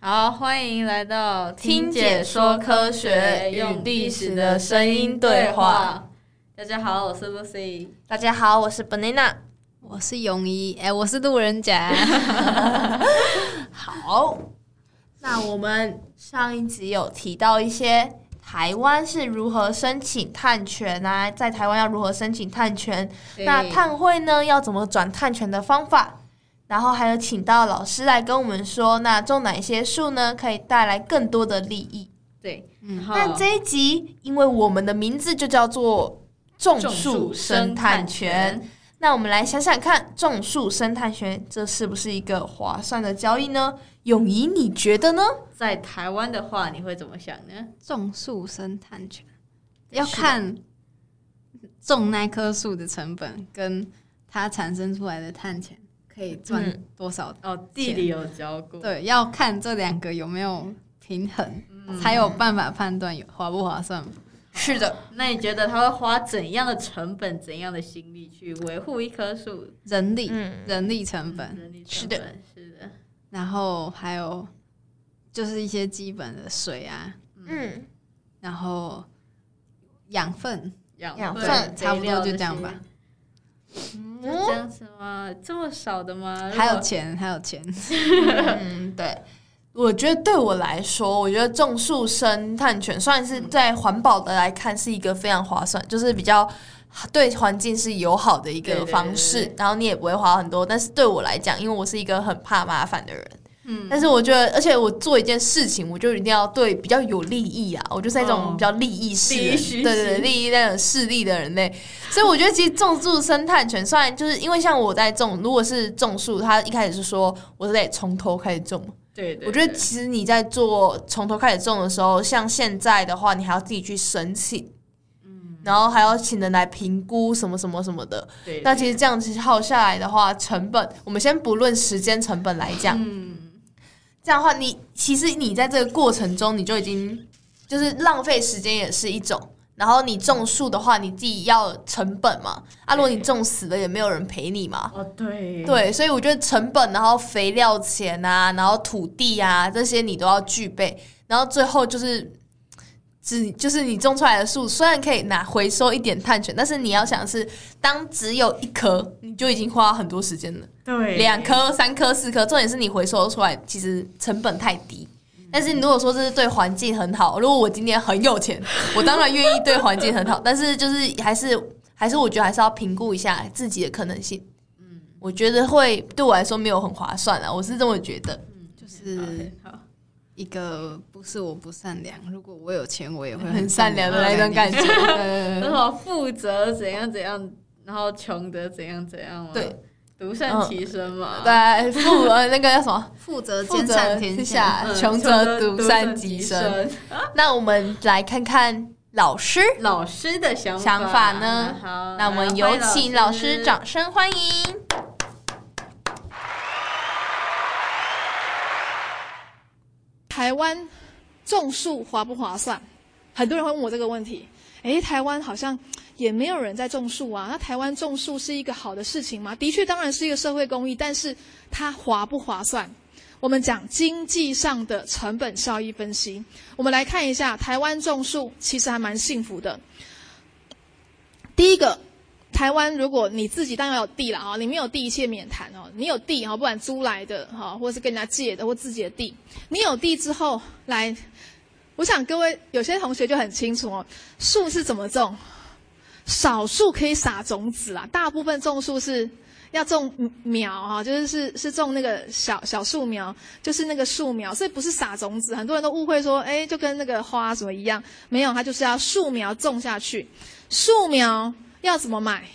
好，欢迎来到听解说科学用历史的声音对话。大家好，我是 Lucy。大家好，我是 Banana。我是泳衣，哎、我是路 人甲。好，那我们上一集有提到一些台湾是如何申请探权啊，在台湾要如何申请探权，那探会呢要怎么转探权的方法，然后还有请到老师来跟我们说，那种哪些树呢可以带来更多的利益。对，嗯然后但这一集因为我们的名字就叫做种种树树生生态态权权。那我们来想想看，种树生态权这是不是一个划算的交易呢？永怡，你觉得呢？在台湾的话，你会怎么想呢？种树生探权，要看种那棵树的成本跟它产生出来的碳钱可以赚嗯多少。哦，地理有教过，对，要看这两个有没有平衡，嗯才有办法判断有划不划算。是的，那你觉得他会花怎样的成本、怎样的心力去维护一棵树？人力、嗯，人力成本，人力成是的本，是的，然后还有就是一些基本的水啊，嗯，然后养分，养养分差不肥多料就这这样些吧。就这样子吗？这么少的啊吗？还如有果钱，还有钱。嗯，对。我觉得对我来说，我觉得种树生碳权算是在环保的来看是一个非常划算，就是比较对环境是友好的一对个对对方式，对然后你也不会花很多。但是对我来讲，因为我是一个很怕麻烦的人，嗯但是我觉得，而且我做一件事情，我就一定要对比较有利益啊，我就是那种哦比较利益势利人，益熏对对对，心利益那种势利的人类。所以我觉得，其实种树生态权，虽然就是因为像我在种，如果是种树，他一开始是说我得从头开始种。对对，我觉得对其实你在做从头开始种的时候，像现在的话，你还要自己去申请，嗯，然后还要请人来评估什么什么什么的。对那其实这样其实耗下来的话，成本我们先不论时间成本来讲，嗯，这样的话你，其实你在这个过程中，你就已经就是浪费时间也是一种。然后你种树的话，你自己要成本嘛。啊，如果你种死了，也没有人赔你嘛。哦对，对，所以我觉得成本，然后肥料钱啊，然后土地啊，这些你都要具备。然后最后就是，只就是你种出来的树，虽然可以拿回收一点碳权，但是你要想的是，当只有一棵，你就已经花很多时间了。对两颗、三颗、四颗，重点是你回收出来，其实成本太低。但是你如果说这是对环境很好，如果我今天很有钱，我当然愿意对环境 很好。但是就是还是还是我觉得还是要评估一下自己的可能性。嗯，我觉得会对我来说没有很划算啊，我是这么觉得。就是好好一个不是我不善良，如果我有钱，我也会很善善良良的那种感觉。觉。那对什么负责怎样怎样，然后穷得怎样怎样吗？对，嗯独善其身嘛。 对，富呃那个叫什 么？负责负兼责善天下，下，嗯，穷则独善其身。身。那我们来看看老师老师的想想法呢好，那我们有请老师长。掌声欢迎。台湾种树划不划算？很多人会问我这个问题。诶，台湾好像也没有人在种树啊。那台湾种树是一个好的事情吗？的确，当然是一个社会公益，但是它划不划算？我们讲经济上的成本效益分析。我们来看一下，台湾种树其实还蛮幸福的。第一个，台湾如果你自己当然有地了啊，你没有地一切免谈哦。你有地哈，不管租来的哈，或是跟人家借的，或自己的地，你有地之后来，我想各位有些同学就很清楚哦，树是怎么种，少数可以撒种子啦，大部分种树是要种苗哈、就是是是种那个小小树苗，就是那个树苗，所以不是撒种子。很多人都误会说，哎，就跟那个花什么一样，没有，它就是要树苗种下去。树苗要怎么买？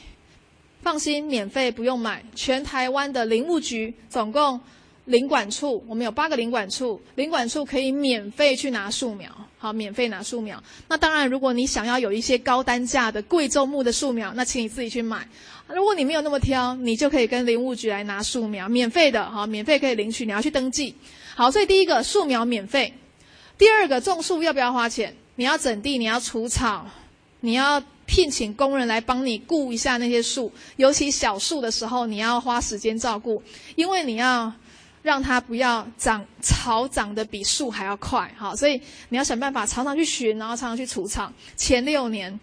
放心，免费不用买。全台湾的林务局总共领管处，我们有八个领管处，领管处可以免费去拿树苗，好，免费拿树苗。那当然，如果你想要有一些高单价的贵重木的树苗，那请你自己去买。如果你没有那么挑，你就可以跟林务局来拿树苗，免费的，好，免费可以领取，你要去登记。好，所以第一个树苗免费，第二个种树要不要花钱？你要整地，你要除草，你要聘请工人来帮你顾一下那些树，尤其小树的时候，你要花时间照顾，因为你要让它不要长草长得比树还要快哈，所以你要想办法常常去巡，然后常常去除草。前六年，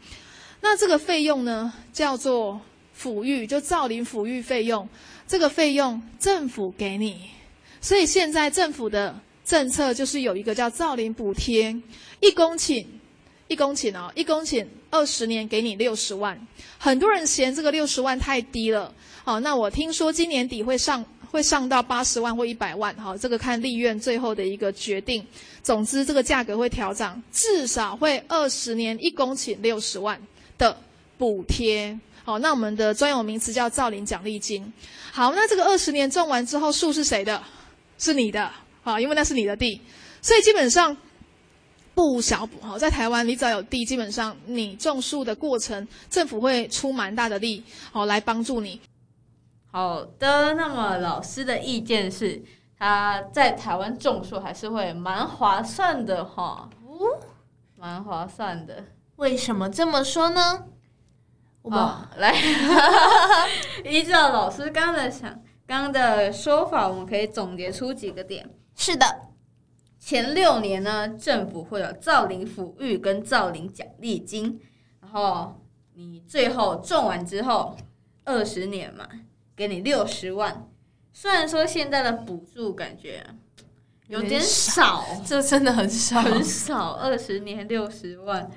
那这个费用呢叫做抚育，就造林抚育费用，这个费用政府给你，所以现在政府的政策就是有一个叫造林补贴，一公顷。一公顷哦，一公顷二十年给你六十万，很多人嫌这个六十万太低了。好，那我听说今年底会上会上到八十万或一百万，好，这个看立院最后的一个决定。总之，这个价格会调涨，至少会二十年一公顷六十万的补贴。好，那我们的专有名词叫造林奖励金。好，那这个二十年种完之后，树是谁的？是你的，好，因为那是你的地，所以基本上。不无小补哈，在台湾你只要有地，基本上你种树的过程，政府会出蛮大的力哦来帮助你。好的，那么老师的意见是，他在台湾种树还是会蛮划算的哈，哦，蛮划算的。为什么这么说呢？我们、哦，来， 依照老师刚刚的想刚刚的说法，我们可以总结出几个点。是的，前六年呢，政府会有造林抚育跟造林奖励金，然后你最后种完之后，二十年嘛，给你六十万。虽然说现在的补助感觉啊有点少，这真的 很少。很少，二十年六十万，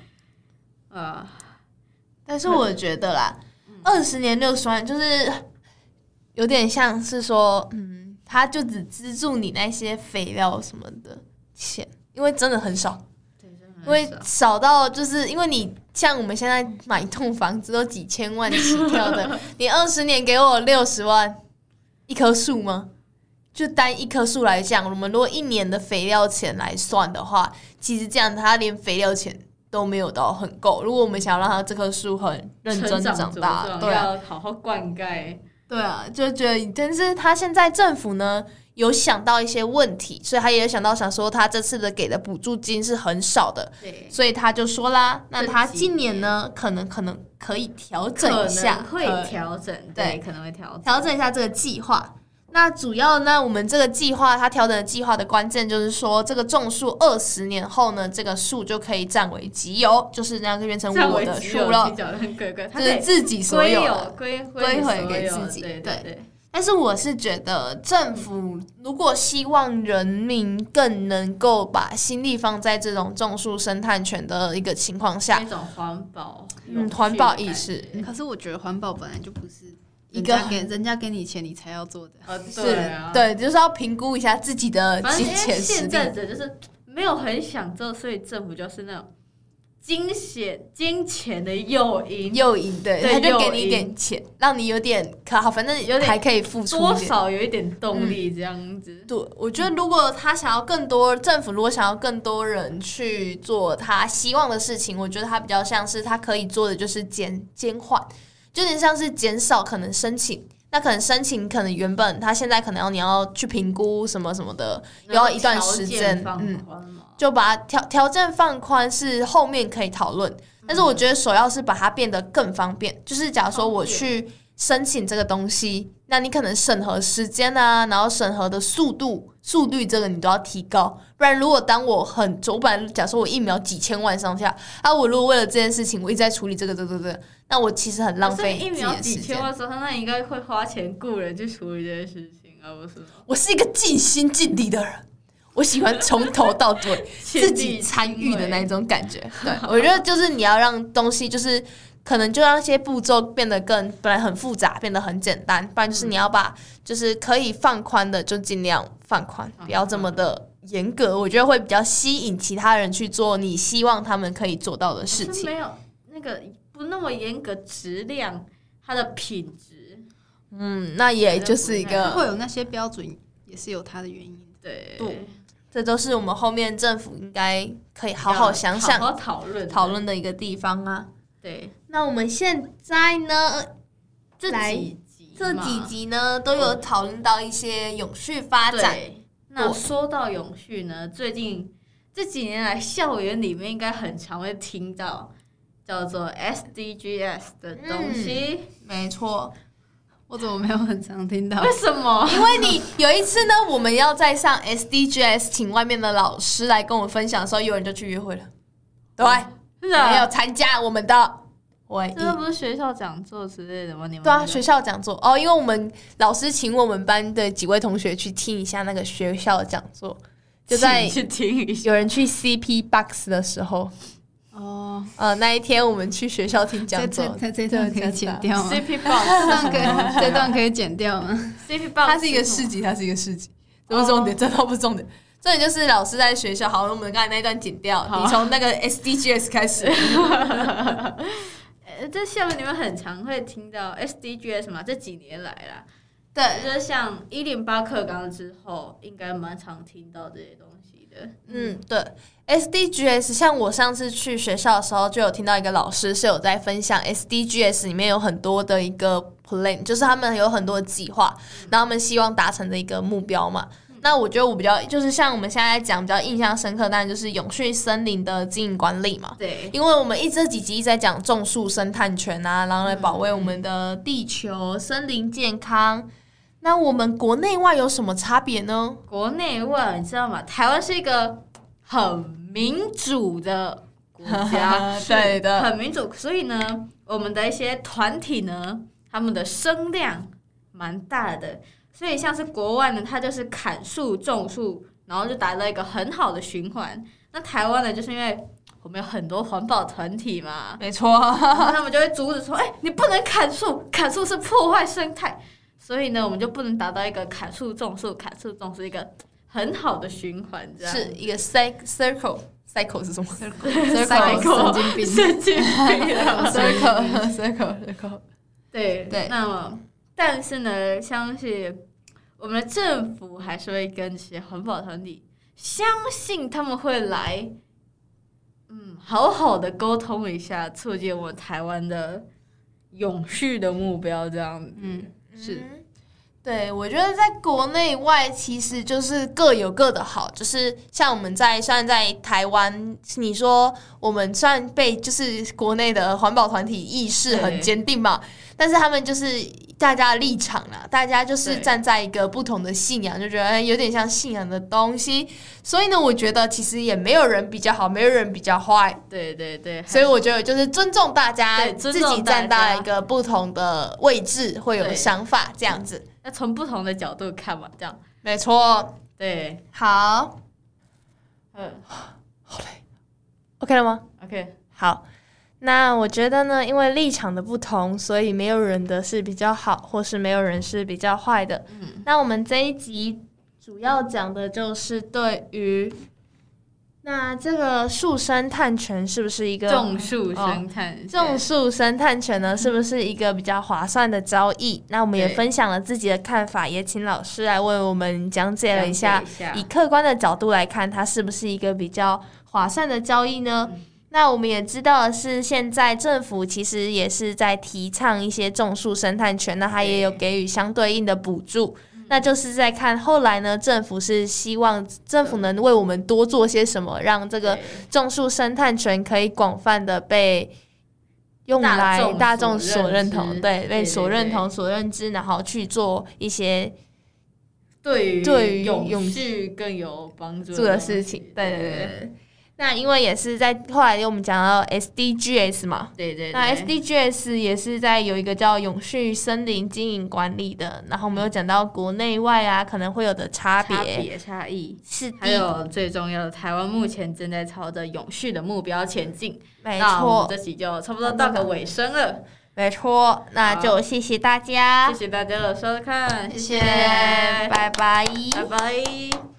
呃， 但是我觉得啦，二十年六十万就是有点像是说，嗯，他就只资助你那些肥料什么的钱，因为真的很少，对，因为少到就是因为你像我们现在买一栋房子都几千万起跳 的，你二十年给我六十万，一棵树吗？就单一棵树来讲，我们如果一年的肥料钱来算的话，其实这样它连肥料钱都没有到很够。如果我们想要让它这棵树很认真成长茁大，壮对啊，要好好灌溉。对啊，就觉得，但是他现在政府呢有想到一些问题，所以他也有想到想说他这次的给的补助金是很少的，对，所以他就说啦，那他这几今年呢可能可能可以调整可一下，能会调整，对，对可能会调整。调整一下这个计划。那主要呢，我们这个计划它调整的计划的关键就是说，这个种树二十年后呢，这个树就可以占为己有，就是那个变成我的树了，讲的很怪怪，它就是得自己所归有有的。归归所回给有自己对对对，但是我是觉得，政府如果希望人民更能够把心力放在这种种树生态权的一个情况下那，种环保，嗯，环保意识，嗯可是我觉得环保本来就不是一人个家给人家给你钱你才要做的，呃，是对啊，，对，就是要评估一下自己的反正金因为钱实现力。在的就是没有很想做，所以政府就是那种金钱金钱的诱因，诱引，对，对他就诱给你一因点钱，让你有点可好，反正有点还可以付出多一点。少有一点动力这样子。对，我觉得如果他想要更多政府，如果想要更多人去做他希望的事情，我觉得他比较像是他可以做的就是减减缓，就有点像是减少可能申请。那可能申请可能原本他现在可能要你要去评估什么什么的，嗯又要一段时间，嗯，嗯，就把它调调整放宽是后面可以讨论，嗯但是我觉得首要是把它变得更方便。就是假如说我去申请这个东西，那你可能审核时间啊，然后审核的速度、速率这个你都要提高。不然如果当我很我本来假如说我一秒几千万上下，啊，我如果为了这件事情我一直在处理这个这个这个，那我其实很浪可是费一自己秒的几时间千。万收上，那你应该会花钱雇人去处理这些事情，啊而不是吗我是一个尽心尽力的人，我喜欢从头到尾。自己参与的那种感觉。对， 我觉得就是你要让东西就是。可能就让一些步骤变得更本来很复杂，变得很简单，不然就是你要把就是可以放宽的就尽量放宽，不要这么的严格。我觉得会比较吸引其他人去做你希望他们可以做到的事是情。没有那个不那么严格质量，它的品质嗯，那也就是一呃会个，有那些标准也是有它的原因。对对这都是我们后面政府应该可以好好要想好想好讨论讨论的一个地方啊。对那我们现在呢，这来几集这嘛几集呢嗯都有讨论到一些永续发展，对。那说到永续呢，最近这几年来，校园里面应该很常会听到叫做 SDGs 的东西。没错。我怎么没有很常听嗯到为？什么？因为你有一次呢，我们要在上 SDGs，请外面的老师来跟我分享的时候，有人就去约会了，对，是 没有啊，参加我们的会议。这不是学校讲座之类的吗？你们对啊，那个学校讲座哦，因为我们老师请我们班的几位同学去听一下那个学校的讲座，就在请去听一下。有人去 CP Box 的时候，哦，呃，那一天我们去学校听讲这座这，这这段可以剪掉哎吗？ CP 这 box，CP 段可以这段可以剪掉吗？ box，它是一哦个市集，它是一个市集，这不是重点，这倒不是重点。重点就是老师在学校，好，我们刚才那一段剪掉，好你从那个 SDGs 开始， 呃，这下面你们很常会听到 SDGs 嘛，这几年来啦，对，就是像一零八课纲之后，应该蛮常听到这些东西的。嗯，对，SDGs，像我上次去学校的时候，就有听到一个老师是有在分享 SDGs 里面有很多的一个 plan，就是他们有很多计划，然后他们希望达成的一个目标嘛。那我觉得我比较就是像我们现在讲比较印象深刻，当然就是永续森林的经营管理嘛。对，因为我们一这几集一直在讲种树生态权啊，然后来保卫我们的地球、森林健康。那我们国内外有什么差别呢？国内外你知道吗？台湾是一个很民主的国家， 对的很民主，所以呢，我们的一些团体呢，他们的声量蛮大的。所以像是国外呢，它就是砍树种树，然后就达到一个很好的循环。那台湾呢，就是因为我们有很多环保团体嘛，没错，然后他们就会阻止说：“哎、你不能砍树，砍树是破坏生态。”所以呢，我们就不能达到一个砍树种树、砍树种树一个很好的循环，这样是一个 cyc- circle cycle 是什么 Psycho 神 经病，神经病啊 circle circle circle 对对那么但是呢，相信我们的政府还是会跟这些环保团体，相信他们会来，嗯，好好的沟通一下，促进我们台湾的永续的目标，这样子。嗯，是嗯对，我觉得在国内外其实就是各有各的好，就是像我们在虽然在台湾，你说我们虽然被就是国内的环保团体意识很对坚定嘛，但是他们就是大家的立场啦，大家就是对站在一个不同的信仰，就觉得哎有点像信仰的东西，所以呢，我觉得其实也没有人比较好，没有人比较坏，对对对，所以我觉得就是尊重大家，对自尊己重大家站到一个不同的位置会有对想法，这样子，要从不同的角度看嘛，这样没错。对，好嗯，OK 了吗？ ，OK，好，那我觉得呢，因为立场的不同，所以没有人的是比较好，或是没有人是比较坏的。嗯，那我们这一集主要讲的就是对于那这个树生探权是不是一个种树生哦产，种树生态权呢，是不是一个比较划算的交易？那我们也对分享了自己的看法，也请老师来为我们讲解了一下讲，解以客观的角度来看，它是不是一个比较划算的交易呢？那我们也知道的是，现在政府其实也是在提倡一些种树生态权，那它也有对给予相对应的补助。那就是在看后来呢，政府是希望政府能为我们多做些什么，让这个对种树生态权可以广泛的被用大来众大众所所认认知同，对对，被对所认对同、所认知，然后去做一些对于对于永永续更有帮助做的东西事情。对对对对对。那因为也是在后来我们讲到 SDGs 嘛，对对，那对 SDGs 也是在有一个叫永续森林经营管理的，然后我们有讲到国内外啊可能会有的差别，差别差异。是还的，有最重要的，台湾目前正在朝着永续的目标前进。没那我们这错期就差不多到个尾声了，没错，那就谢谢大家谢，谢大家的收看，谢谢拜拜拜拜。